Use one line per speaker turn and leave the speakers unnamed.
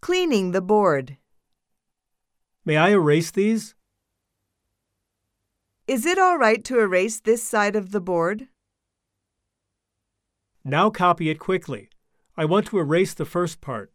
Cleaning the board.
May I erase these?
Is it all right to erase this side of the board?
Now copy it quickly. I want to erase the first part.